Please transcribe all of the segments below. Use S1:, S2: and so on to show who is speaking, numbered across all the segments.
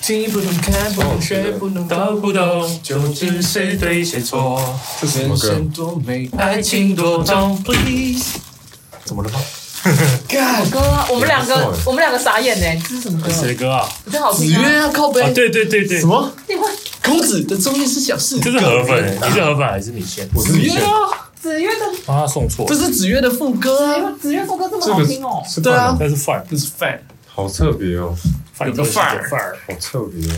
S1: 听不懂、看不懂、学不懂、搞不懂，究竟谁对谁错？
S2: 这是什
S1: 人
S2: 么歌
S1: 生？多美，
S3: 啊
S1: 爱情多重，please。
S2: 怎么了吗？
S1: God，
S4: 歌啊，我们两
S2: 也不
S4: 个
S2: 错哎，
S4: 我们两个傻眼呢，这是什么歌？
S1: 谁的歌啊？
S4: 这好
S1: 子
S4: 听
S1: 曰
S4: 啊！
S1: 啊，靠
S3: 啊
S1: 背。，
S3: 对对对对
S2: 什，么？
S4: 你会
S1: 孔子的忠义是小事。
S3: 这是河粉，你是河粉还是米线？
S2: 我是
S1: 子
S2: 米
S1: 曰
S2: 线，
S1: 啊，
S4: 子曰的
S3: 帮他送错
S1: 这，是子曰的副歌
S4: 哎
S1: 啊。
S4: 呦子曰副歌这
S2: 这
S4: 么好
S2: 个
S4: 听哦，
S2: 是
S1: 对啊
S2: 饭吗
S3: 但是范儿，
S1: 这是范，
S2: 好特别哦，
S3: 范
S1: 有个
S3: 范
S1: 范儿
S3: 儿，
S2: 好特别哦，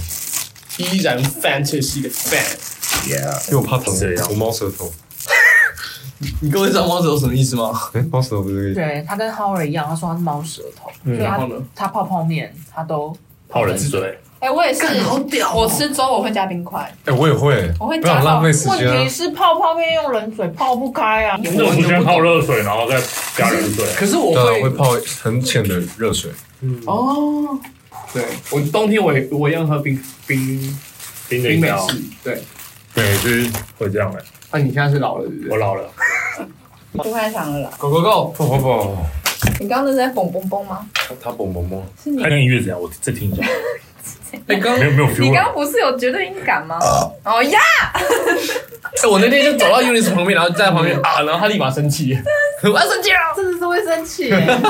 S1: 依然范就是一个范。
S2: 因为我怕疼
S3: 这样，
S2: 我猫舌头。
S1: 你各位知道猫舌头什么意思吗？
S2: 哎，猫舌头不是这个意思？
S4: 对他跟 Howard 一样，他说他是猫舌头，
S2: 嗯
S4: 所以
S1: 然
S4: 他
S1: 后呢？
S4: 他泡泡面他都
S3: 泡冷水，
S5: 哎，我也是，
S1: 屌
S5: 我吃粥我会加冰块，
S2: 哎，我也会，
S5: 我会
S2: 不想
S5: 加
S2: 浪
S5: 到
S2: 费时
S4: 问
S2: 间
S4: 题
S2: 啊。
S4: 是泡泡面用冷水泡不开啊！
S3: 那我们先泡热水，然后再加冷水。
S1: 可是我
S2: 对
S1: 会
S2: 啊，会泡很浅的热水，
S1: 哦，对我冬天我也我一样喝冰冰
S3: 冰的
S1: 冰
S3: 饮
S1: 美
S3: 料，
S1: 式，对。
S3: 对，就是会这样的。
S1: 那、你现在是老了，对不
S3: 我
S1: 对
S3: 老了，
S5: 不太长了啦。
S1: ？Go go go！
S2: 不不不，
S5: 你刚刚那是在蹦蹦蹦吗？
S2: 它蹦蹦蹦，
S5: 是你
S3: 开跟音乐怎样？我再听一下，
S1: 哎、刚
S3: 没
S1: 哎、
S3: 有没有
S5: 你
S3: feel 啊
S5: 刚刚
S3: 了。
S5: 不是有绝对音感吗？哦呀，
S1: 我那天就走到 Unis 旁边，然后站在旁边啊，然后他立马生气， 我要生气了。
S5: 真的是会生气耶！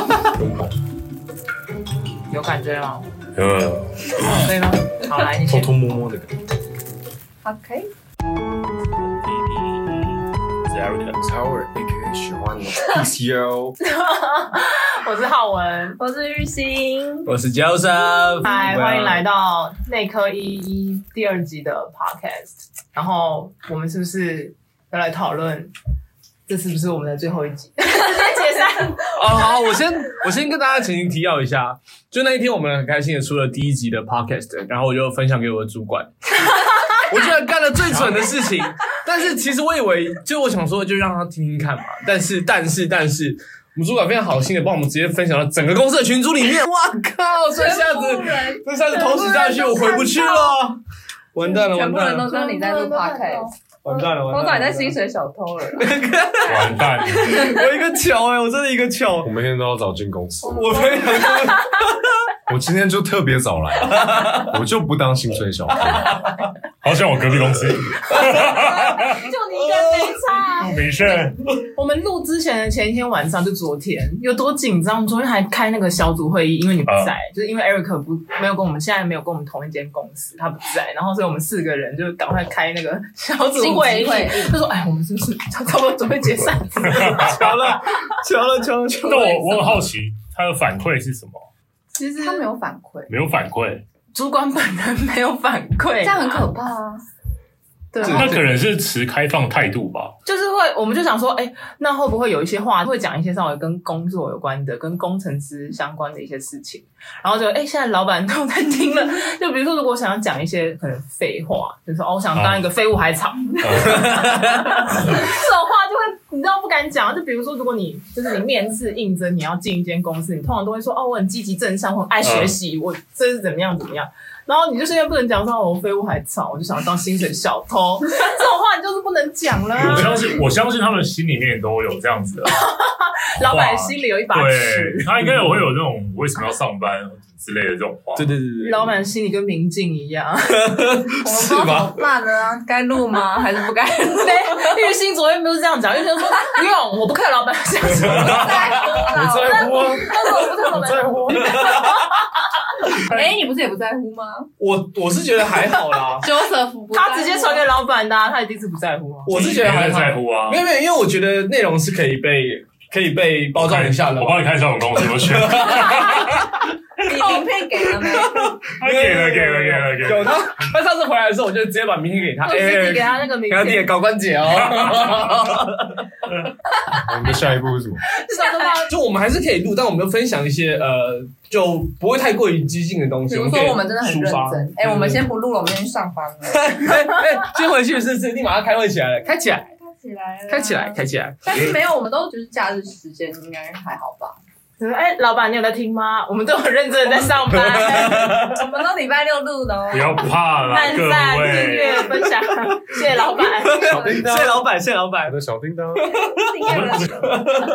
S4: 有感觉吗？
S3: 呃，
S4: 对吗？好，来你
S2: 偷
S4: 先。
S2: 偷摸摸的感觉。
S5: 好，可以。
S3: 我是 Eric，
S2: Tower AK 喜欢你 PCL，
S4: 我是浩文，
S5: 我是玉兴，
S1: 我是 Joseph，
S4: 嗨，欢迎来。到内科一一第二集的 podcast。然后我们是不是要来讨论这是不是我们的最后一集？
S5: 解散。
S1: 哦，好，我先 我先跟大家前情提要一下，就那一天我们很开心的出了第一集的 podcast，然后我就分享给我的主 管，我居然干了最蠢的事情，但是其实我以为就我想说就让他听听看嘛，但是但是但是。我们主管非常好心的帮我们直接分享到整个公司的群组里面，哇靠！所以下
S5: 全部
S1: 子，
S5: 人
S1: 这下子投掷下去，我回不去了，完蛋了，
S5: 全
S1: 完
S5: 部
S1: 蛋
S5: 人
S1: 了
S5: 都，知道你在录 podcast，
S1: 完蛋了，
S5: 都
S1: 完
S5: 知道
S1: 蛋
S5: 你
S1: 了！
S5: 在薪水小偷了啦。
S3: 完蛋了，
S1: 我一个糗哎，我真的一个糗
S2: 我，每天都要早进公司，
S1: 我非常
S2: 我今天就特别早来， 我就不当薪水小偷。
S3: 好像我隔壁公司
S5: 就你一个人没差。
S3: 没事，
S4: 我们录之前的前一天晚上，就昨天有多紧张？我们昨天还开那个小组会议，因为你不在，嗯就是因为 Eric 不没有跟我们现在没有跟我们同一间公司，他不在，然后所以我们四个人就赶快开那个小组会
S5: 紧急
S4: 议
S5: 会，
S4: 就说：“哎，我们 是不是差不多准备解散？”
S1: 巧了，巧了，巧了，巧
S3: 但
S1: 了。
S3: 我我很好奇他的反馈是什么？
S4: 其实
S5: 他没有反馈，
S3: 没有反馈，
S4: 主管本人没有反馈，
S5: 这样很可怕哎啊！
S4: 对啊
S1: 这。
S3: 那可能是持开放态度吧。
S4: 就是会，我们就想说，哎、那会不会有一些话会讲一些稍微跟工作有关的、跟工程师相关的一些事情？然后就，哎、现在老板都在听了， 就比如说，如果我想要讲一些可能废话，就是哦，我想当一个废物海草，这种话就会你知道不敢讲。就比如说，如果你就是你面试应征，你要进一间公司，你通常都会说哦，我很积极正向，我很爱学习，我这是怎么样怎么样。然后你就现在不能讲说哦我废物海草，我就想当薪水小偷， 这种话你就是不能讲
S1: 啊
S4: 啦。
S3: 我相信，我相信他们心里面都有这样子的，
S4: 老板心里有一把尺，
S3: 对他应该也会有这种为什么要上班之类的这种话。
S1: 对对对对，
S4: 老板心里跟明镜一样。
S5: 我们不知道怎么办呢、啊？该录吗？还是不该录？
S4: 对，玉兴昨天不是这样讲，玉兴说不用，我不看老板想什么。
S2: 我
S5: 我
S2: 在乎啊，
S5: 但是我不知道怎么
S2: 在乎啊。
S5: 哎、你不是也不在乎吗，
S1: 我我是觉得还好 啦
S5: ？Joseph 不在乎
S4: 他直接传给老板的啊、他一定是不在乎啊。
S1: 我是觉得还
S3: 没
S1: 好
S3: 在，乎啊
S1: 没。有没有，因为我觉得内容是可以被可以被包装一下的
S3: 我。啊帮你看小恐龙怎么选。
S5: 啊你名片给了没？
S3: 他给了，给了，给了，给
S1: 有
S3: 了。
S1: 他，他上次回来的时候，我就直接把明天给他，哎
S4: 我自己给他那个名
S1: 给他点
S4: 片，
S1: 高关节 哦。
S2: 我们的下一步是什么？
S4: 什么都
S1: 就我们还是可以录，但我们就分享一些呃，就不会太过于激进的东
S5: 比
S1: 西。
S5: 如
S1: 可以
S5: 说我们真的很认
S1: 抒发嗯
S5: 真，哎、我们。先不录了，我们先去上班了。
S1: 对对对哎哎，先回去是不是？立马要开会起来了，开起来，
S5: 开起来了，
S1: 哎 开起来，开起来。
S5: 但是没有，我们都就是假日时间，应该还好吧？
S4: 可能哎、老板，你有在听吗？我们都很认真的在 上班，
S5: 我们都礼拜六录的哦
S3: 不。要怕啦，
S4: 按
S3: 各
S4: 赞、订
S3: 位，
S4: 阅、分享，谢谢老板。
S2: 叮
S1: 谢
S5: 啊
S2: 当
S1: 谢，老板，谢谢老
S2: 我
S1: 板。
S2: 的小叮当，
S5: 订阅人 数，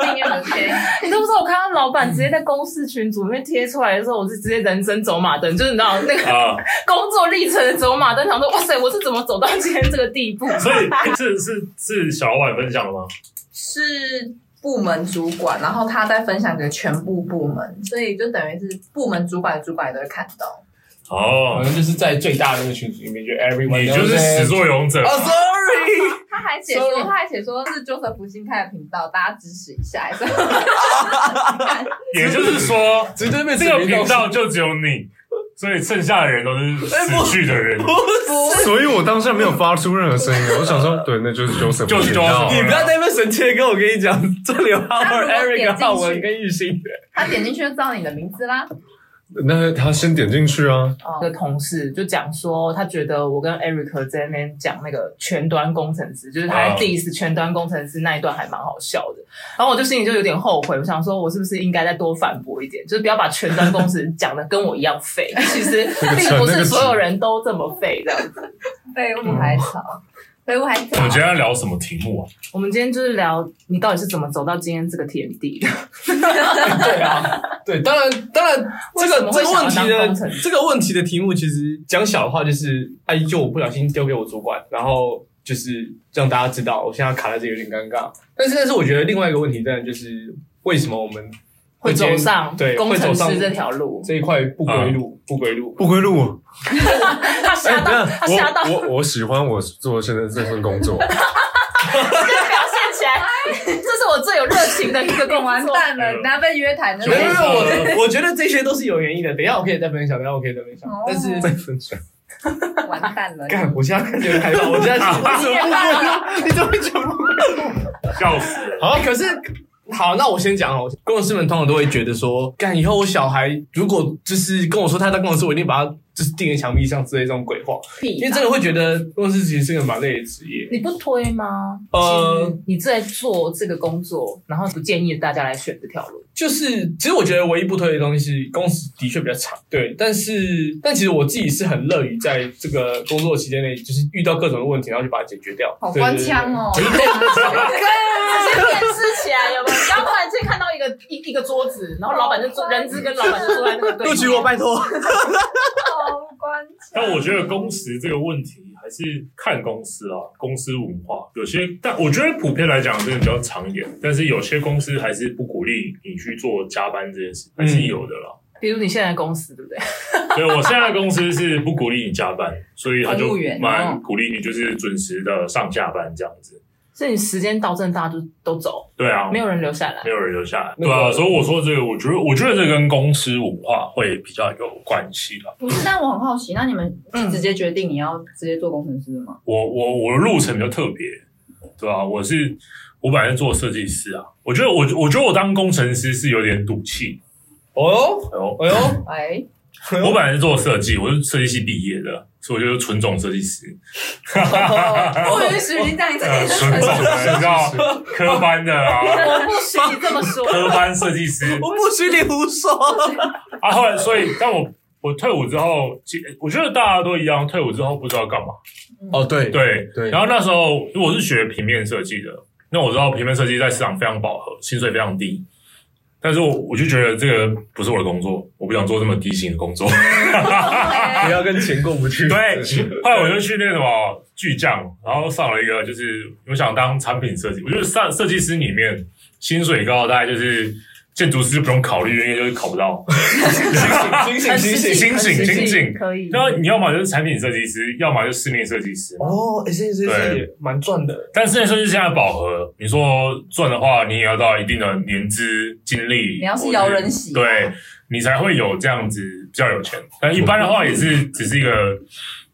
S5: 订阅人数。
S4: 你都不知道，我看到老板直接在公司群组里面贴出来的时候，我是直接人生走马灯，就是你知道那个
S3: 啊，
S4: 工作历程的走马灯，想说哇塞，我是怎么走到今天这个地 步？
S3: 所以是是是小老板分享的吗？
S5: 是部门主管，然后他再分享给全部部门，所以就等于是部门主管主管都会看到。
S1: 好
S3: 哦，
S1: 像就是在最大的那个群组里面，就 everyone，
S3: 你就是始作俑者
S1: 哦。，sorry，
S5: 他还写
S1: Sorry
S5: 说，他还写说是 Joseph 福星开的频道，大家支持一下。哎所以
S3: 也就是说，
S1: 直接被
S3: 这个频道就只有你，所以剩下的人都是死去的人。
S2: 所以我当下没有发出任何声音，我想说，对，那就是 Joseph，
S3: 就是 Joseph
S2: 频道
S1: 你不要在那边神切割，我跟你讲，这里有 Howard、
S5: 他如果点进去
S1: Eric、浩文跟玉兴，
S5: 他点进去就知道你的名字啦。哦
S2: 那他先点进去啊，
S4: 一个同事就讲说，他觉得我跟 Eric 在那边讲那个全端工程师，就是他在
S1: 哦
S3: 啊
S4: diss 全端工程师那一段还蛮好笑的。然后我就心里就有点后悔，我想说我是不是应该再多反驳一点，就是不要把全端工程师讲的跟我一 样废。其实并不是所有人都这么废的。
S5: 废物还少，废物还
S3: 我们
S5: 少。
S3: 今天要聊什么题目啊？
S4: 我们今天就是聊你到底是怎么走到今天这个田地的。
S1: 对啊，对，当然，当然，这
S4: 为什
S1: 个
S4: 么
S1: 这个
S4: 会想
S1: 问
S4: 要
S1: 题
S4: 当工程
S1: 的这个问题的题目，其实讲小的话就是，哎，就我不小心丢给我主管，然后就是让大家知道我现在卡在这里有点尴尬。但是，但是我觉得另外一个问题，真的就是为什么我们
S4: 会
S1: 今
S4: 走
S1: 天
S4: 上
S1: 对
S4: 工
S1: 会走
S4: 程
S1: 上
S4: 师这条路，
S1: 这一块不归路，啊不归路。
S2: 不归路。啊
S1: 哎
S4: 他吓到，他
S2: 我
S4: 吓到，
S2: 我我喜欢我做现在这份工 作，
S4: 表现起来，这是我最有热情的一个
S5: 你
S4: 工
S5: 完
S4: 作。
S5: 蛋了，你要被约谈的
S1: 没有没有，
S3: 就是
S1: 我我觉得这些都是有原因的。等一下我可以再分享，等一下我可以再分享
S5: 哦。
S1: 但
S2: 在
S1: 是
S2: 分享。
S5: 完蛋了。
S1: 干，我现在感觉害怕，我现在 是为什么 不归路？你怎么会全部
S3: 笑死了！
S1: 好，可是好，那我先讲哦。工程师们通常都会觉得说，干以后我小孩如果就是跟我说他在工程师，我一定把他就是钉在墙壁上之类这种鬼话，
S4: 屁
S1: 因为真的会觉得工程师其实是个蛮累的职业。
S4: 你不推吗？
S1: 呃
S4: 其实你在做这个工作，然后不建议大家来选这条路。
S1: 就是其实我觉得唯一不推的东西是工时的确比较长，对，但是但其实我自己是很乐于在这个工作期间内，就是遇到各种的问题，然后就把它解决掉。
S5: 好官腔哦！
S4: 先面试起来有没有？然后突然间看到一个一一个桌子，然后老板就坐，人资跟老板就坐在那个对
S1: 录取我，
S4: 面。
S1: 拜 托。
S5: 好官腔
S3: 但我觉得工时这个问题还是看公司啊，公司文化有些，但我觉得普遍来讲真的比较长一点，但是有些公司还是不鼓励你去做加班这件事，还是有的啦。
S4: 比如你现在的公司对不对？
S3: 所以我现在的公司是不鼓励你加班，所以他
S5: 公
S3: 就
S5: 务员
S3: 蛮鼓励你就是准时的上下班这样子。
S4: 所以你时间到正，大家就都走，
S3: 对啊，
S4: 没有人留下来
S3: 没。有人留下来，
S1: 那
S3: 对
S1: 个
S3: 啊，所以我说这个，我觉得我觉得这跟公司文化会比较有关系啦。
S5: 不是，但我很好奇，那你们
S4: 嗯
S5: 是直接决定你要直接做工程师的吗？
S3: 我我我的路程比较特别，对吧、我是我本来是做设计师啊，我觉得我我觉得我当工程师是有点赌气。
S1: 哦
S3: 哦，
S1: 呦，哎呦，
S5: 喂，
S1: 哎
S3: 我本来是做设计，我是设计系毕业的，所以我就是纯种设计师，
S5: 不允许你这样
S3: 哎
S1: 哎
S3: 呃，纯种的，你知道科班的啊，
S4: 我不许你这么说。
S3: 科班设计师
S1: 我不许你胡说。
S3: 啊。后来，所以但我我退伍之后，其我觉得大家都一样，退伍之后不知道干嘛。
S1: 哦， 对
S3: 对
S1: 对
S3: 然后那时候因为我是学平面设计的，那我知道平面设计在市场非常饱和，薪水非常低。但是我我就觉得这个不是我的工作，我不想做这么低薪的工作。
S1: 不要跟钱过不去。
S3: 对，后来我就去那个什么巨匠，然后上了一个，就是我想当产品设计。我觉得上设计师里面薪水高，大概就是建筑师不用考虑，因为就是考不到。
S1: 醒醒醒醒醒！
S3: 醒醒醒醒
S4: 可以。
S3: 然后你要么就是产品设计师，要么就室内设计师嘛。
S1: 哦，哎，现在这也蛮赚的。
S3: 但室内设计师现在饱和，你说赚的话，你也要到一定的年资、经历，
S5: 你要是摇人喜啊
S3: 或是对你才会有这样子比较有钱。但一般的话，也是只是一个，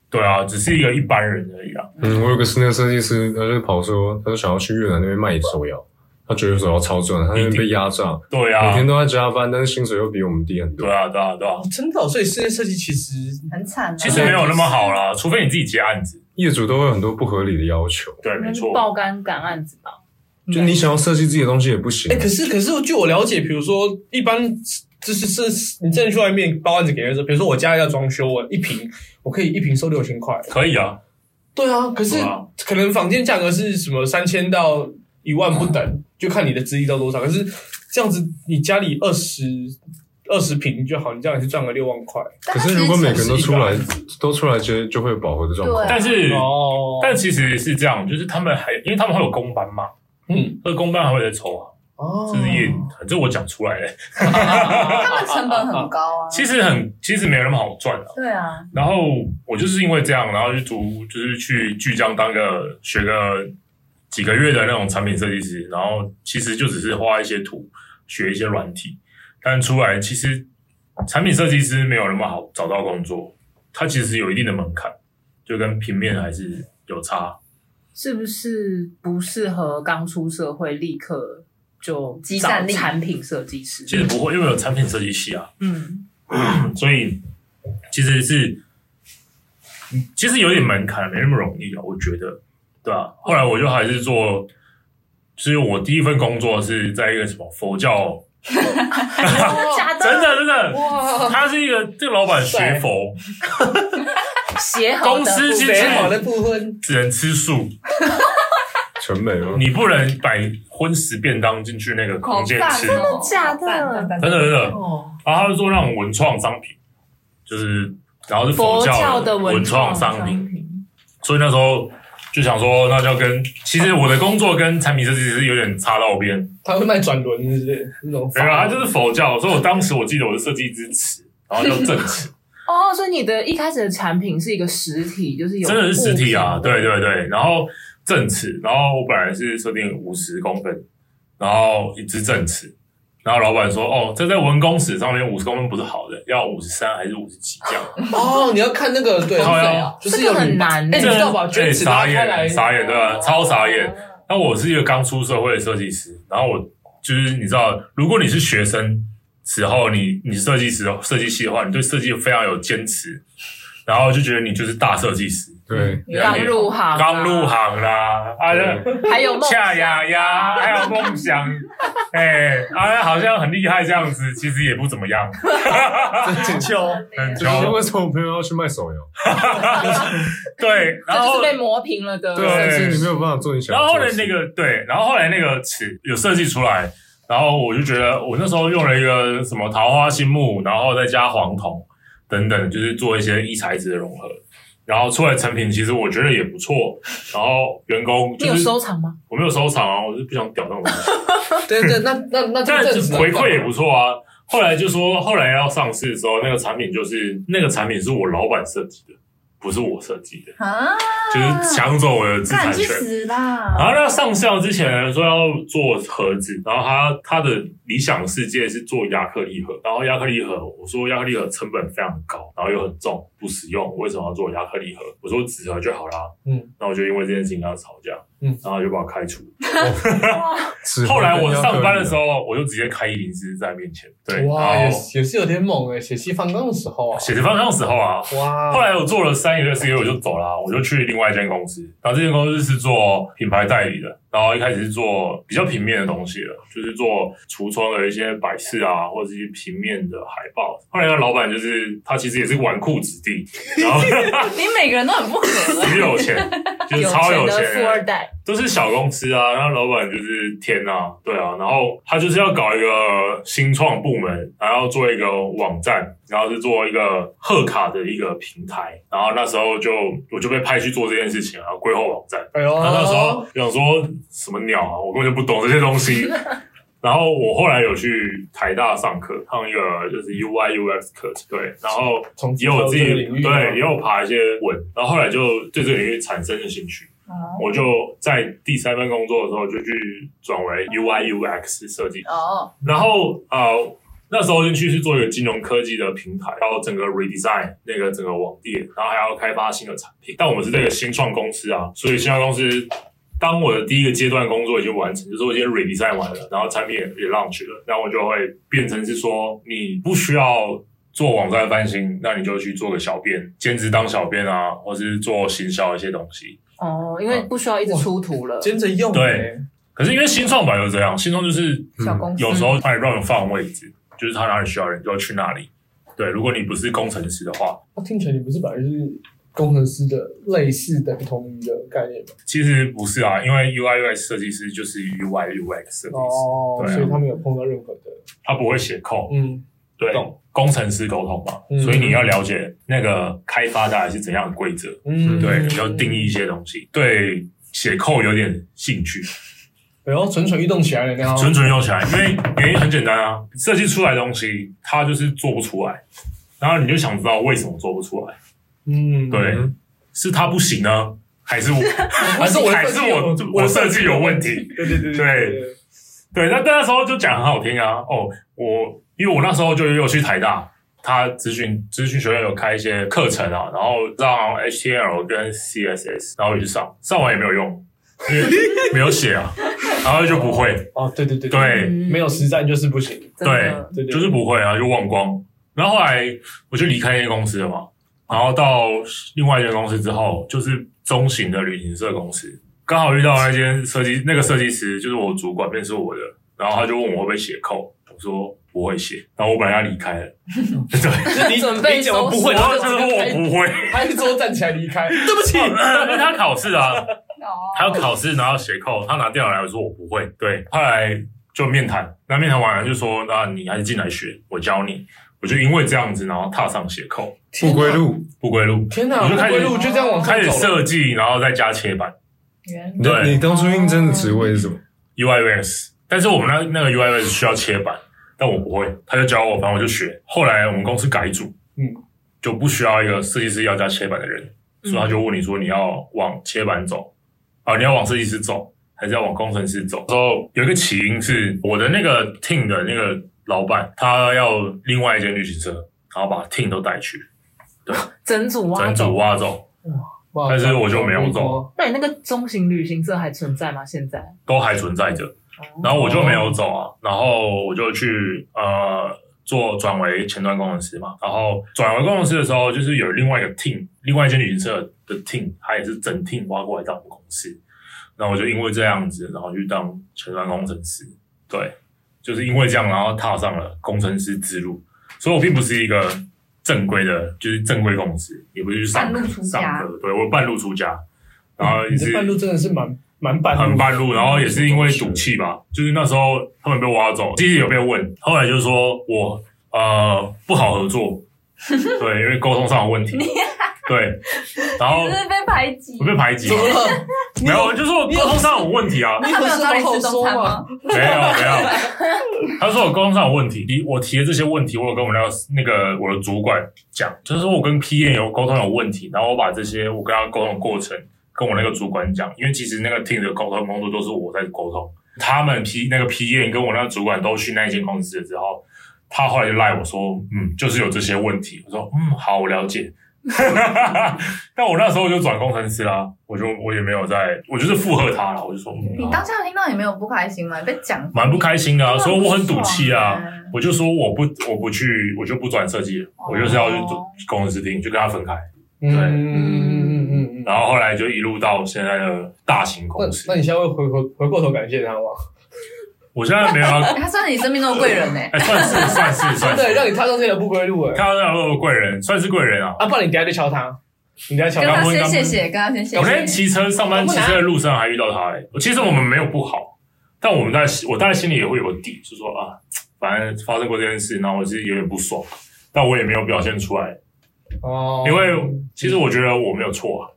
S3: 对啊，只是一个一般人而已啊。
S2: 嗯，我有个室内设计师，他就跑说，他就想要去越南那边卖手摇，他觉得手摇超赚，他那边被压榨，
S3: 对
S2: 每
S3: 啊
S2: 天，都在加班，但是薪水又比我们低很多
S3: 对。啊，对啊，对啊。
S1: 真的哦，所以室内设计其实
S5: 很惨啊。
S3: 其实没有那么好啦，
S5: 嗯
S3: 除非你自己接案子。
S2: 业主都会有很多不合理的要求，
S5: 嗯
S3: 对，没错。
S4: 爆肝赶案子吧。
S3: 嗯
S2: 就你想要设计自己的东西也不行
S1: 哎、。可是可是，据我了解，比如说一般就是是，你真的去外面包案子给人的时候，比如说我家要装修，我一瓶我可以一瓶收六千块。
S3: 可以啊，
S1: 对啊，可是
S3: 对啊
S1: 可能房间价格是什么三千到一万不等，就看你的资历到多少。可是这样子，你家里二十二十平就好，你这样也是赚个六万块。
S2: 啊可是如果每个人都出来，都出来接，就会有饱和的状况
S5: 对。
S3: 但是
S1: 哦
S3: 但其实是这样，就是他们还因为他们会有公班嘛，
S1: 嗯，
S3: 那公班还会再抽啊，
S1: 哦
S3: 这是业，这我讲出来的，
S5: 他们成本很高啊。
S3: 其实很其实没那么好赚啊。
S5: 对啊，
S3: 然后我就是因为这样，然后就读就是去巨江当个学个几个月的那种产品设计师，然后其实就只是画一些图，学一些软体，但出来其实产品设计师没有那么好找到工作，它其实有一定的门槛，就跟平面还是有差。
S6: 是不是不适合刚出社会立刻就
S5: 集
S6: 找
S5: 散力
S6: 产品设计师？
S3: 其实不会，因为有产品设计系啊，
S6: 嗯，
S3: 所以其实是嗯其实有点门槛，没那么容易啊，我觉得，对吧、后来我就还是做，就是我第一份工作是在一个什么佛教，
S6: 哎假
S3: 真的真的，
S6: 哇，
S3: 他是一个这个老板学佛，
S6: 协和的
S3: 公司其实
S1: 美好的啊部分，
S3: 只能吃素，
S2: 成本吗？
S3: 你不能摆荤食便当进去那个空间吃，
S5: 真
S3: 真
S5: 的
S6: 假的
S3: 的哦真的，
S4: 哦，
S3: 然后他就做那种文创商品，就是然后是
S6: 佛教
S3: 教
S6: 的
S3: 文
S6: 创
S3: 商品，所以那时候就想说，那就要跟其实我的工作跟产品设计师有点差到边，
S1: 他会卖转轮，是不是那种法？
S3: 然后他啊就是佛教，所以我当时我记得我是设计一只尺，然后叫正 尺，
S6: 哦，所以你的一开始的产品是一个实体，就是有
S3: 真的是实体啊，
S6: 物品
S3: 对对对，然后正尺，然后我本来是设定五十公分，然后一只正尺。然后老板说：“哦，这在文工尺上面五十公分不是好的，要五十三还是五十几这样？
S1: 哦，你要看那个对，啊
S3: 好呀
S1: 就是
S6: 这
S1: 要
S6: 个很难欸
S1: 哎，你
S3: 这
S1: 知道吧？卷尺拉
S3: 傻
S1: 开来
S3: 眼，，哎傻眼，对吧？超傻眼。那我是一个刚出社会的设计师，然后我就是你知道，如果你是学生时候，你你设计时候设计系的话，你对设计非常有坚持，然后就觉得你就是大设计师，
S2: 对，
S6: 刚入行啊，
S3: 刚入行啦，啊，
S2: 对
S6: 还有梦想
S3: 恰雅呀，还有梦想，哎，啊，好像很厉害这样子，其实也不怎么样，
S1: 很秋，
S3: 很
S2: 然后
S3: 穷，
S2: 为什么我朋友要去卖手摇？
S3: 对，然
S6: 这就
S3: 后
S6: 是被磨平了的。
S3: 对
S2: 但是你没有办法做你想
S3: 然后
S2: 要做
S3: 后
S2: 的
S3: 来
S2: 事。
S3: 那个对，然后后来那个尺有设计出来，然后我就觉得我那时候用了一个什么桃花心木，然后再加黄铜等等，就是做一些异材质的融合，然后出来成品其实我觉得也不错，然后员工
S6: 你
S3: 就
S6: 有
S3: 是
S6: 收藏吗？
S3: 我没有收藏啊，我就不想屌那种东西，
S1: 对对，那那那
S3: 但
S1: 这阵
S3: 是
S1: 子
S3: 回馈也不错啊。后来就说后来要上市的时候，那个产品就是那个产品是我老板设计的，不是我设计的，
S5: 啊，
S3: 就是抢走我的知
S5: 干
S3: 产
S5: 去
S3: 权。啊
S5: 死
S3: 然
S5: 啦！
S3: 后那上校之前说要做盒子，然后他他的理想世界是做亚克力盒，然后亚克力盒，我说亚克力盒成本非常高，然后又很重，不实用，为什么要做亚克力盒？我说纸盒就好啦。
S1: 嗯，
S3: 那我就因为这件事情跟他吵架，
S1: 嗯，
S3: 然后他就把我开除。
S2: 只
S3: 后来我上班的时，候，我就直接开一零四在他面前，对，哦
S1: 哇，哦也
S3: 然后
S1: 是也是有点猛哎，血气方刚的时候啊，
S3: 写着方向时候啊，
S1: 哇，
S3: 后来我做了三个月、四个月，我就走了啊、我就去另外一间公司。然后这间公司是做品牌代理的，然后一开始是做比较平面的东西了，就是做橱窗的一些摆饰啊，或者是一些平面的海报。后来那个老板就是他其实也是纨绔子弟，然后
S5: 你每个人都很不合
S3: 很有钱，就是超
S6: 钱的
S3: 钱
S6: 富二代，
S3: 都是小公司啊，然后老板就是天啊，对啊，然后他就是要搞一个新创部门，然后做一个网站，然后是做一个贺卡的一个平台，然后那时候就我就被派去做这件事情啊，规划网站。
S1: 哎呦，
S3: 然后那时候想说什么鸟啊，我根本就不懂这些东 西。然后我后来有去台大上课，上一个就是 UI UX 课，对，然后
S1: 从
S3: 也有自己
S1: 这个领域啊
S3: 对，也有爬一些文，然后后来就对这个领域产生了兴趣。我就在第三份工作的时候就去转为 UI UX 设计，
S5: 哦，
S3: 然后呃那时候进去是做一个金融科技的平台，然后整个 redesign 那个整个网页，然后还要开发新的产品。但我们是这个新创公司啊，所以新创公司。当我的第一个阶段工作已经完成，就是我已经 redesign 完了，然后产品也也 launch 了，那我就会变成是说，你不需要做网站翻新，那你就去做个小编，兼职当小编啊，或是做行销一些东西。嗯
S6: 哦，因为不需要一直出图了。
S1: 真着用欸
S3: 对可是因为新创板又这样，新创就是
S5: 小公司
S3: 有时候他也乱放位置，就是他哪里需要人就要去哪里。对，如果你不是工程师的话，
S7: 哦听起来你不是本来就是工程师的类似等同于的概念吗？
S3: 其实不是啊，因为 UI UX 设计师就是 UI UX 设计师，
S7: 哦，
S3: 对啊
S7: 所以他没有碰到任何的，
S3: 他不会写 code，
S7: 嗯，
S3: 对
S7: 懂，
S3: 工程师沟通嘛，
S7: 嗯
S3: 所以你要了解那个开发大概是怎样的规则，
S1: 嗯
S3: 对，你要定义一些东西，对写 code 有点兴趣，
S1: 然后哎蠢蠢欲动起来了，然后
S3: 蠢蠢用起来，因为原因很简单啊，设计出来的东西它就是做不出来，然后你就想知道为什么做不出来，
S1: 嗯，
S3: 对，是他不行呢，还是我，还是
S1: 我的
S3: 还
S1: 设
S3: 是
S1: 计有
S3: 我
S1: 我
S3: 我
S1: 的
S3: 设
S1: 设
S3: 计有问题？
S1: 对对对
S3: 对，对，那那时候就讲很好听啊。哦，我因为我那时候就有去台大，他咨询咨询学院有开一些课程啊，然后让 HTML 跟 CSS，然后我就去上，上完也没有用，因为没有写啊，然后就不会，
S1: 哦，对对对
S3: 对，
S1: 没有实战就是不行，
S5: 真的
S1: 对
S3: 对
S1: 对，
S3: 就是不会啊，就忘光。然后后来我就离开那间公司了嘛，然后到另外一间公司之后，就是中型的旅行社公司，刚好遇到那间设计那个设计师，就是我主管，便是我的，然后他就问我会不会写扣，我说不会写，然后我本来要离开了， 对，
S1: 就是你
S5: 准备
S1: 你讲完不会，
S3: 然
S1: 然
S3: 后
S1: 后
S3: 他
S1: 就
S3: 说我
S1: 拍
S3: 不会，
S1: 拍桌站起来离开，对不起，
S3: 因为他考试啊，
S5: 哦，
S3: 他要考试，然后写扣，他拿电脑来，我说我不会。对，后来就面谈，那面谈完了就说，那你还是进来学，我教你。我就因为这样子，然后踏上写扣
S2: 不归路，
S3: 不归路，
S1: 天哪，
S3: 我
S1: 不
S3: 就开
S1: 归
S3: 始
S1: 路就这样往上
S3: 开始
S1: 走了，
S3: 设计，然后再加切板
S5: 原
S2: 你
S3: 对
S2: 你当初应征的职位是什么？
S3: UIS，但是我们那那个 UIS 需要切板，但我不会，他就教我，反正我就学。后来我们公司改组，
S1: 嗯，
S3: 就不需要一个设计师要加切板的人，
S6: 嗯
S3: 所以他就问你说你要往切板走，啊，你要往设计师走，还是要往工程师走？说有一个起因是我的那个 team 的那个老板，他要另外一间旅行社，然后把 team 都带去，
S6: 整组挖
S3: 整
S6: 走
S3: 组。挖走，
S7: 哇
S3: 但是我就没有走，
S6: 那你那个中型旅行社还存在吗？现在？
S3: 都还存在着。然后我就没有走啊，然后我就去呃做转为前端工程师嘛。然后转为工程师的时候，就是有另外一个 team，另外一间旅行社的 team，他也是整 team 挖过来当我们公司。然后我就因为这样子，然后去当前端工程师。对，就是因为这样，然后踏上了工程师之路。所以我并不是一个正规的，就是正规公司，也不是去上
S5: 半路出家
S3: 上课，对我半路出家，然后也
S7: 你
S3: 是
S7: 的半路真的是蛮蛮半
S3: 很
S7: 路，
S3: 半路，然后也是因为赌气吧，就是那时候他们被挖走，其实有被问，后来就说我呃不好合作，对，因为沟通上有问题，对，然后
S5: 你是不是被排挤
S3: 我。被排挤
S1: 怎
S3: 嘛，
S1: 么了？
S3: 没有，就是我沟通上有问题啊，
S5: 他没有找你吃中餐吗？
S3: 没有没有，他说我沟通上有问题，你我提的这些问题，我有跟我们那个我的主管讲，就是说我跟 PM 有沟通有问题，然后我把这些我跟他沟通的过程跟我那个主管讲，因为其实那个 team 的沟通工作都是我在沟通，他们 P 那个 PM 跟我那个主管都去那间公司了之后，他后来就赖我说，嗯，就是有这些问题，我说嗯好，我了解。 但我那时候就转工程师啦，我就我也没有在，我就是附和他了，我就说，嗯、
S5: 你
S3: 好
S5: 当下有听到也没有不开心吗？你被讲
S3: 蛮不开心的、啊，所以我很赌气
S5: 真的
S3: 啊
S5: 很爽欸。
S3: 我就说我不我不去，我就不转设计了，
S5: 哦
S3: 我就是要去做工程师厅，就跟他分开。
S1: 嗯嗯嗯嗯嗯。
S3: 然后后来就一路到现在的大型
S7: 那
S3: 公司
S7: 那。你现在会回回回过头感谢他吗？
S3: 我现在没有要，
S5: 哎他算是你生命中的贵人呢、
S3: 哎，算是算是算
S7: 对，
S3: 是，
S7: 让你踏上这条不归路哎，
S3: 看到那个贵人，算是贵人啊。
S7: 啊，不然你等下就敲他，你等下
S5: 跟
S7: 敲他，
S5: 他
S3: 刚
S5: 先
S3: 刚
S5: 谢谢，跟他先谢
S3: 我那天
S5: 谢。
S3: 骑车上班，骑车的路上还遇到他、哎，其实我们没有不好，但我们在我大概心里也会有个底，就说啊，反正发生过这件事，然后我是有点不爽，但我也没有表现出来，
S7: 哦，
S3: 因为其实我觉得我没有错啊，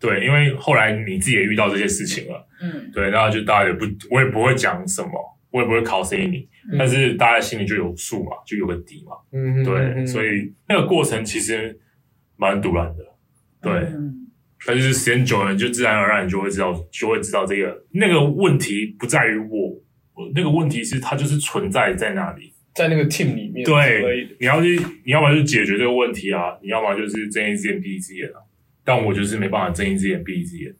S3: 对，因为后来你自己也遇到这些事情了，
S5: 嗯，
S3: 对，那就大家也不，我也不会讲什么，我也不会 cos 你，
S7: 嗯
S3: 但是大家心里就有数嘛，就有个底嘛，
S7: 嗯哼嗯
S3: 对，
S7: 哼
S3: 所以那个过程其实蛮突然的，对，
S5: 嗯
S3: 但是时间久了，你就自然而然你就会知道，就会知道这个那个问题不在于我，我那个问题是它就是存在在那里，
S7: 在那个 team 里面，所以
S3: 对，你要去，你要么就解决这个问题啊，你要么就是睁一只眼闭一只眼啊。但我就是没办法睁一只眼闭一只眼，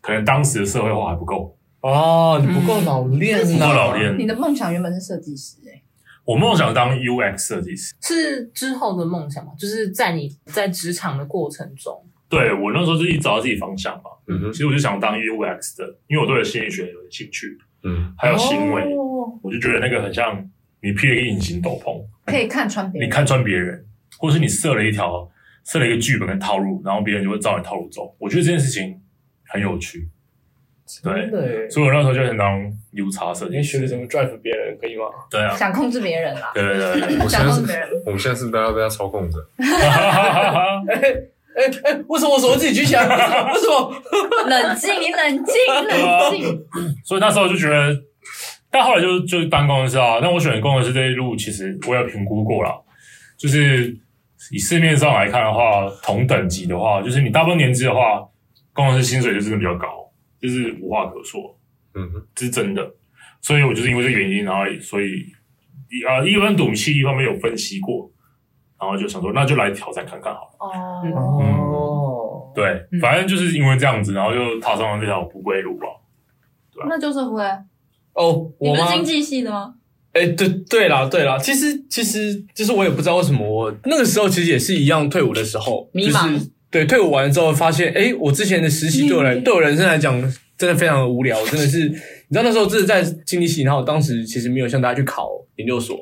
S3: 可能当时的社会化还不够，
S7: 哦，你不够老练
S3: 嗯不
S7: 呐，
S1: 啊
S3: 够老，
S5: 你
S3: 练。
S5: 的梦想原本是设计师哎、
S3: 我梦想当 UX 设计师，
S6: 是之后的梦想吗？就是在你在职场的过程中，
S3: 对我那时候就一直找到自己方向嘛。
S2: 嗯哼
S3: 其实我就想当 UX 的，因为我对心理学有兴趣，
S2: 嗯，
S3: 还有行为，
S4: 哦
S3: 我就觉得那个很像你披了一个隐形斗篷，
S5: 可以看穿
S3: 你
S5: 别人。
S3: 看穿别人，或是你设了一条设了一个剧本跟套路，然后别人就会照你套路走。我觉得这件事情很有趣，对
S7: 真，的耶，
S3: 所以我那时候就很当油茶设计
S7: 你学着。
S3: 师
S7: 怎么 drive 别人，可以吗？
S3: 对啊，
S5: 想控制别人啦，
S3: 对对对，
S2: 我现
S5: 想
S2: 在
S5: 控制
S2: 是
S5: 别人。
S2: 我们现在是不是都要被他操控着？
S3: 对
S7: 哎哎，为什么我手自己举起来？ 为什么？
S5: 冷静，你冷静，
S3: 啊
S5: 冷静。
S3: 所以那时候就觉得，但后来就就当工程师啊。但我选工程师这一路，其实我有评估过啦，就是以市面上来看的话，同等级的话，就是你大部分年资的话，工程师薪水就真的比较高，就是无话可说。
S2: 嗯哼，
S3: 这是真的。所以我就是因为这个原因，然后所以啊，一般赌气一方面有分析过，然后就想说那就来挑战看看好了。
S4: 嗯
S1: 嗯
S5: 哦，
S7: 哦，
S3: 对，
S6: 嗯
S3: 反正就是因为这样子，然后就踏上了这条不归路吧。
S5: 那就是不嘞？
S7: 哦，
S5: 你
S7: 我
S5: 不
S7: 吗
S5: 是？经济系的吗？
S7: 哎、
S1: 对对啦，对啦，其实其实就是我也不知道为什么我那个时候其实也是一样，退伍的时候
S6: 迷茫
S1: 就是对，退伍完之后发现，哎，我之前的实习对我
S5: 嗯
S1: 来对我人生来讲真的非常的无聊，真的是，你知道那时候真的在经济系，然后当时其实没有像大家去考研究所，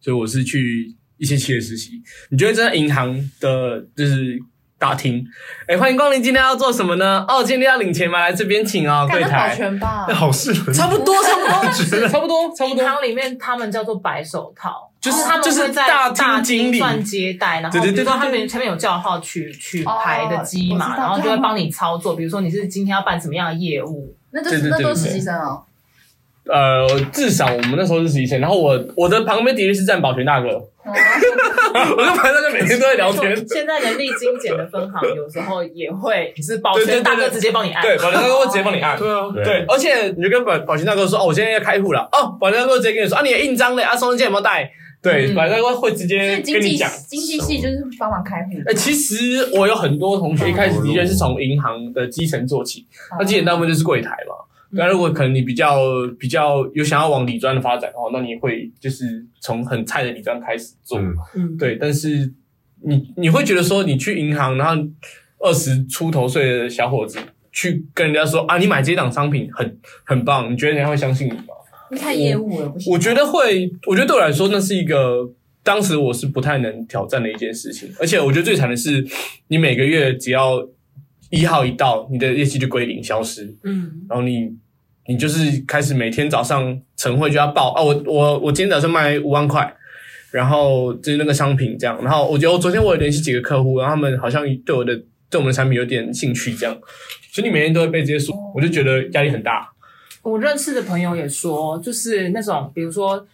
S1: 所以我是去一些企业实习。你觉得在银行的，就是大厅，哎，欢迎光临，今天要做什么呢？哦，今天要领钱吗？来这边请啊、
S5: 干
S1: 柜
S5: 那保
S1: 台。
S5: 全吧
S2: 那。好事人
S1: 差不多，差不 多，差不多，差不
S4: 银
S1: 多。
S4: 行里面他们叫做白手套，
S1: 就是
S4: 他们
S1: 就是
S4: 会在
S1: 大厅
S4: 大
S1: 经理
S4: 算接待，然后
S1: 对对
S4: 比
S1: 对
S4: 如说
S1: 对
S4: 他
S1: 对
S4: 们前面有叫号取取
S5: 哦
S4: 牌的机
S5: 我
S4: 嘛，
S5: 知道
S4: 然后就
S5: 对
S4: 会
S5: 他们
S4: 帮你操作，比如说你是今天要办什么样的业务，
S5: 那就是那
S1: 对对对
S5: 都是实习生哦。
S1: 呃，至少我们那时候是实习生，然后我我的旁边的确是站保全大哥，
S5: 哦
S1: 我跟保全大哥每天都在聊天。
S4: 现在人力精简的分行有时候也会是保
S1: 对对对
S4: 全大哥
S1: 对
S4: 直接帮你按，
S1: 对，保全大哥会直接帮你按。
S2: 对啊，
S1: 对，，而且你就跟保保全大哥说，哦，我今天要开户了。哦，保全大哥直接跟你说，啊，你的印章嘞，啊，双刃剑有没有带？对，
S4: 嗯
S1: 保全大哥会直
S5: 所
S1: 接
S5: 以经
S1: 跟你
S5: 济
S1: 讲。
S5: 经济系就是帮忙开户。
S1: 哎，其实我有很多同学一开始的确是从银行的基层做起，
S5: 嗯
S1: 那基层大部分就是柜台嘛。那如果可能你比较比较有想要往理专的发展哦，那你会就是从很菜的理专开始做。
S2: 嗯，
S4: 嗯，
S1: 对，但是你你会觉得说，你去银行，然后二十出头岁的小伙子去跟人家说啊，你买这档商品很很棒，你觉得人家会相信你吗？
S5: 你看业务了不行。
S1: 我觉得会，我觉得对我来说，那是一个当时我是不太能挑战的一件事情。而且我觉得最惨的是，你每个月只要一号一到，你的业绩就归零消失，
S4: 嗯，
S1: 然后你。你就是开始每天早上晨会就要报啊，我我我今天早上卖五万块，然后就是那个商品这样，然后我觉得我昨天我有联系几个客户，然后他们好像对我的对我们的产品有点兴趣这样，所以你每天都会被这些说，
S3: 哦
S1: 我就觉得压力很大。
S6: 我认识的朋友也说，就是那种比如说，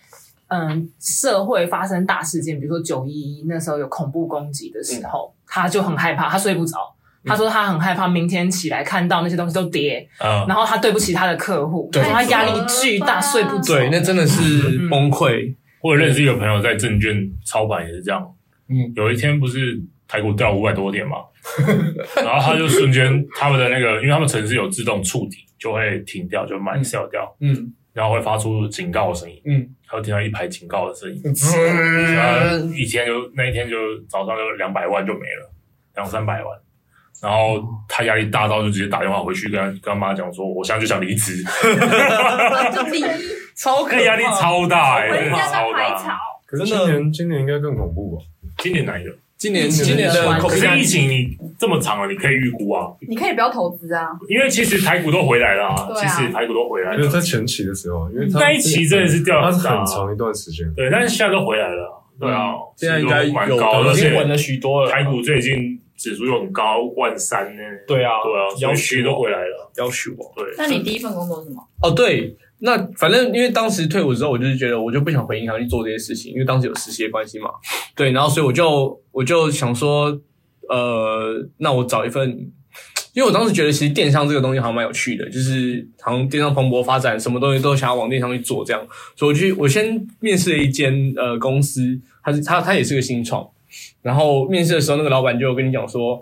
S6: 嗯，社会发生大事件，比如说九一一那时候有恐怖攻击的时候，他就很害怕，他睡不着。他说他很害怕，明天起来看到那些东西都跌，
S3: 嗯，
S6: 然后他对不起他的客户，
S1: 对
S6: 然后他压力巨大，
S5: 太可怕
S6: 睡不着。
S1: 对，那真的
S3: 嗯
S1: 是崩溃。
S3: 我有认识一个朋友在证券操盘也是这样，
S7: 嗯，
S3: 有一天不是台股掉五百多点嘛，然后他就瞬间他们的那个，因为他们城市有自动触底，就会停掉，就卖 sell 掉，
S1: 嗯
S3: 然后会发出警告的声音，
S1: 嗯，
S3: 他会听到一排警告的声音，然后
S1: 嗯
S3: 一天就那一天就早上就两百万就没了，两三百万。然后他压力大到就直接打电话回去跟他跟他妈讲说，我现在就想离职，
S5: 就第一，
S1: 超可
S3: 那压力超大哎、真
S5: 人
S3: 的
S5: 家在
S3: 超
S5: 排
S3: 大。
S5: 场，
S2: 可是
S1: 真的
S2: 今年今年应该更恐怖吧？
S3: 今年哪一个？
S1: 今年今
S7: 今
S1: 年
S7: 年
S1: 的
S7: 的
S1: 口
S3: 可
S1: 碑
S3: 是疫情你这么长了，你可以预估啊，
S5: 你可以不要投资啊。
S3: 因为其实台股都回来了啊，
S5: 对啊
S3: 其实台股都回来
S2: 因为
S3: 了，
S2: 在前期的时候，因为它
S3: 那一期真的是掉
S2: 它
S3: 得
S2: 是
S3: 很大
S2: 很长一段时间，
S3: 对，但是现在都回来了啊，对啊，
S1: 嗯现在应该
S3: 其实都蛮
S1: 有
S3: 高的，而
S1: 已
S3: 且
S1: 经稳了许多了。
S3: 台股最近指数又很高，万三呢，
S1: 对啊
S3: 对啊，所
S1: 要
S3: 以其
S1: 许
S3: 实都
S1: 我
S3: 回来了，
S1: 要许我
S3: 对，
S5: 那你第一份工作是什么？
S1: 哦对。那反正因为当时退伍之后，我就是觉得我就不想回银行去做这些事情，因为当时有实习的关系嘛。对，然后所以我就我就想说，呃，那我找一份，因为我当时觉得其实电商这个东西好像蛮有趣的，就是好像电商蓬勃发展，什么东西都想要往电商去做这样。所以我去我先面试了一间呃公司，它是它它也是个新创，然后面试的时候那个老板就跟你讲说。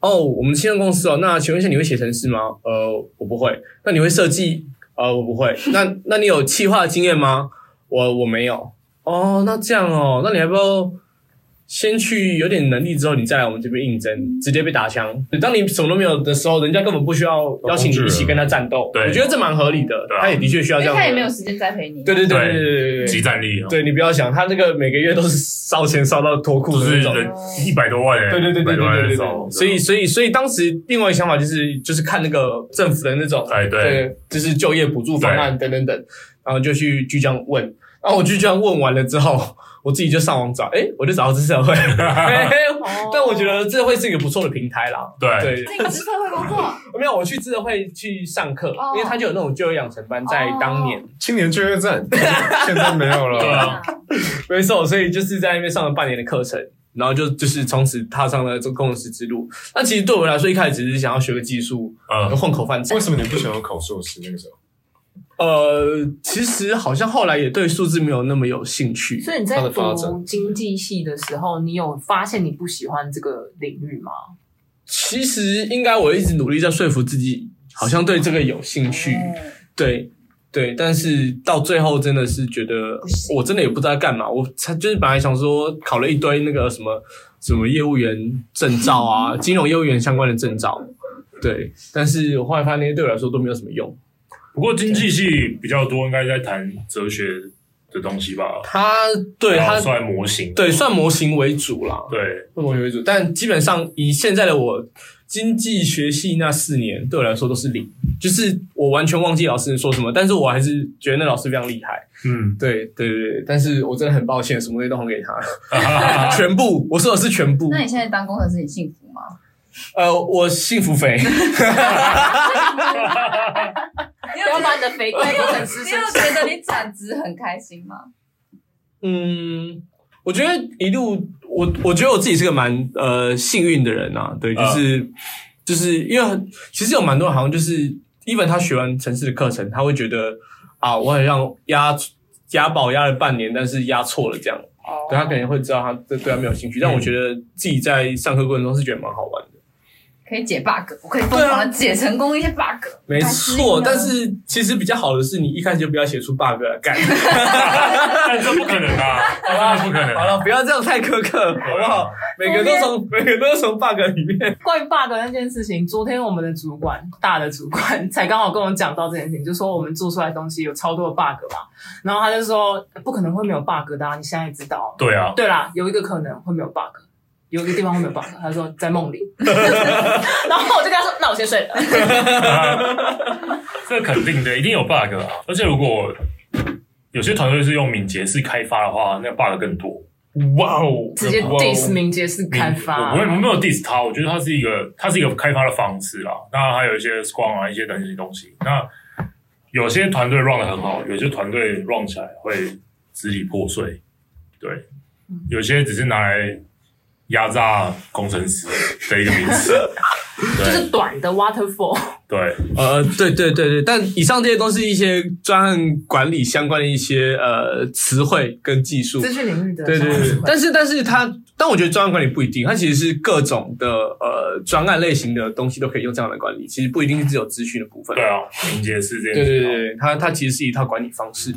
S1: 哦，我们新创公司哦，那请问一下，你会写程式吗？呃，我不会。那你会设计？呃，我不会。那那你有企划的经验吗？我我没有。哦，那这样哦，那你要不要先去有点能力之后，你再来我们这边应征，直接被打枪。当你什么都没有的时候，人家根本不需要邀请你一起跟他战斗。
S3: 对
S1: 我觉得这蛮合理的
S3: 对，啊
S1: 他也的确需要这
S5: 因为
S1: 样。
S5: 他也没有时间栽培你。啊
S1: 对。对对对对对对
S3: 集
S1: 对，
S3: 战力啊，
S1: 对你不要想，他那个每个月都是烧钱烧到脱裤
S3: 就
S1: 的
S3: 是
S1: 那种。
S3: 人一百多万人，
S1: 对对对对对
S3: 100
S1: 对
S3: 多万
S1: 对
S3: 人
S1: 对
S3: 少，
S1: 所以所以所以当时另外一个想法就是就是看那个政府的那种
S3: 哎对，
S1: 对，就是就业补助方案等等等，然后就去巨匠问，然后我去巨匠问完了之后，我自己就上网找，哎，我就找到这社会，嘿嘿但我觉得这会是一个不错的平台啦。
S3: 对
S1: 对，
S5: 自己是社会工作，
S1: 没有我去智慧去上课
S5: 哦，
S1: 因为他就有那种就业养成班，在当年，
S2: 青年就业站现在没有
S3: 对
S2: 了，
S3: 啊，
S1: 没错，所以就是在那边上了半年的课程，然后就就是从此踏上了这工程师之路。那其实对我来说，一开始只是想要学个技术，
S3: 嗯，
S1: 混口饭吃
S2: 为。什么你不想要考硕士那个时候？
S1: 呃，其实好像后来也对数字没有那么有兴趣。
S4: 所以你在
S2: 它的发
S4: 读
S2: 展
S4: 经济系的时候，你有发现你不喜欢这个领域吗？
S1: 其实应该我一直努力在说服自己，好像对这个有兴趣，
S5: 哎
S1: 对对，但是到最后真的是觉得
S5: 行
S1: 我真的也不知道在干嘛。我才就是本来想说考了一堆那个什么什么业务员证照啊，金融业务员相关的证照，对，但是我后来发现那些对我来说都没有什么用。
S3: 不过经济系比较多，应该在谈哲学的东西吧，
S1: 他对
S3: 然后
S1: 他
S3: 算模型，
S1: 对算模型为主啦，
S3: 对，
S1: 论文为主，但基本上以现在的我经济学系那四年，对我来说都是零，就是我完全忘记老师说什么，但是我还是觉得那老师非常厉害。
S3: 嗯，
S1: 对对对，对但是我真的很抱歉，什么东西都还给他，
S3: 啊
S1: 全部，我说的是全部
S5: 那。你现在当工程师，你幸福吗？
S1: 呃，我幸福肥，
S4: 不要
S5: 你有觉得
S4: 把你的肥
S5: 啊
S4: 怪工程师
S5: 你
S4: 身
S5: 有
S4: 上。
S5: 觉得你转职很开心吗？
S1: 嗯，我觉得一路，我我觉得我自己是个蛮呃幸运的人啊，对，就是、就是因为很其实有蛮多人好像就是，even 他学完城市的课程，他会觉得啊，我好像押押宝押了半年，但是押错了这样，对他可能会知道他对对他没有兴趣，但我觉得自己在上课过程中是觉得蛮好玩的。
S5: 可以解 bug，我可以疯狂的解成功一些 bug。
S1: 没错，
S5: 开
S1: 但
S5: 心啊
S1: 是其实比较好的是，你一开始就不要写出 bug 来干。
S3: 但 这不可能 啊，这真的不可 能
S1: 好
S3: 啊，
S1: 了，不要这样太苛刻，好不好？每个都从每个都从 bug 里面
S4: 关于 bug 那件事情，昨天我们的主管，大的主管才刚好跟我讲到这件事情，就说我们做出来的东西有超多的 bug 嘛，然后他就说不可能会没有 bug 的、啊，你现在也知道。
S3: 对啊，
S4: 对啦，有一个可能会没有 bug，有一个地方会没有 bug，他说在梦里， 然后我就跟他说，那我先睡了。
S3: 这肯定的，一定有 bug 啊，而且如果有些团队是用敏捷式开发的话，那 bug 更多。哇哦，
S4: 直接
S3: 哇哦
S4: diss 敏捷式开
S3: 我
S4: 发
S3: 我，没有我没有 diss 他，我觉得他是一个它是一个开发的方式啦。那还有一些 Scrum 啊一些等等东西。那有些团队 run 的很好，有些团队 run 起来会支离破碎。对，
S4: 嗯
S3: 有些只是拿来压榨工程师的一个名 词。
S4: 就是短的 waterfall，
S3: 对，
S1: 呃，对对对对，但以上这些都是一些专案管理相关的一些呃词汇跟技术。
S4: 资讯领域的
S1: 对对
S4: 相关词
S1: 对
S4: 汇，
S1: 但是但是它，但我觉得专案管理不一定，它其实是各种的呃专案类型的东西都可以用这样来管理，其
S3: 啊
S1: 实不一定是只有资讯的部分。
S3: 对啊，敏捷式这
S1: 对
S3: 件事
S1: 对
S3: 情。
S1: 对，对它它其实是一套管理方式。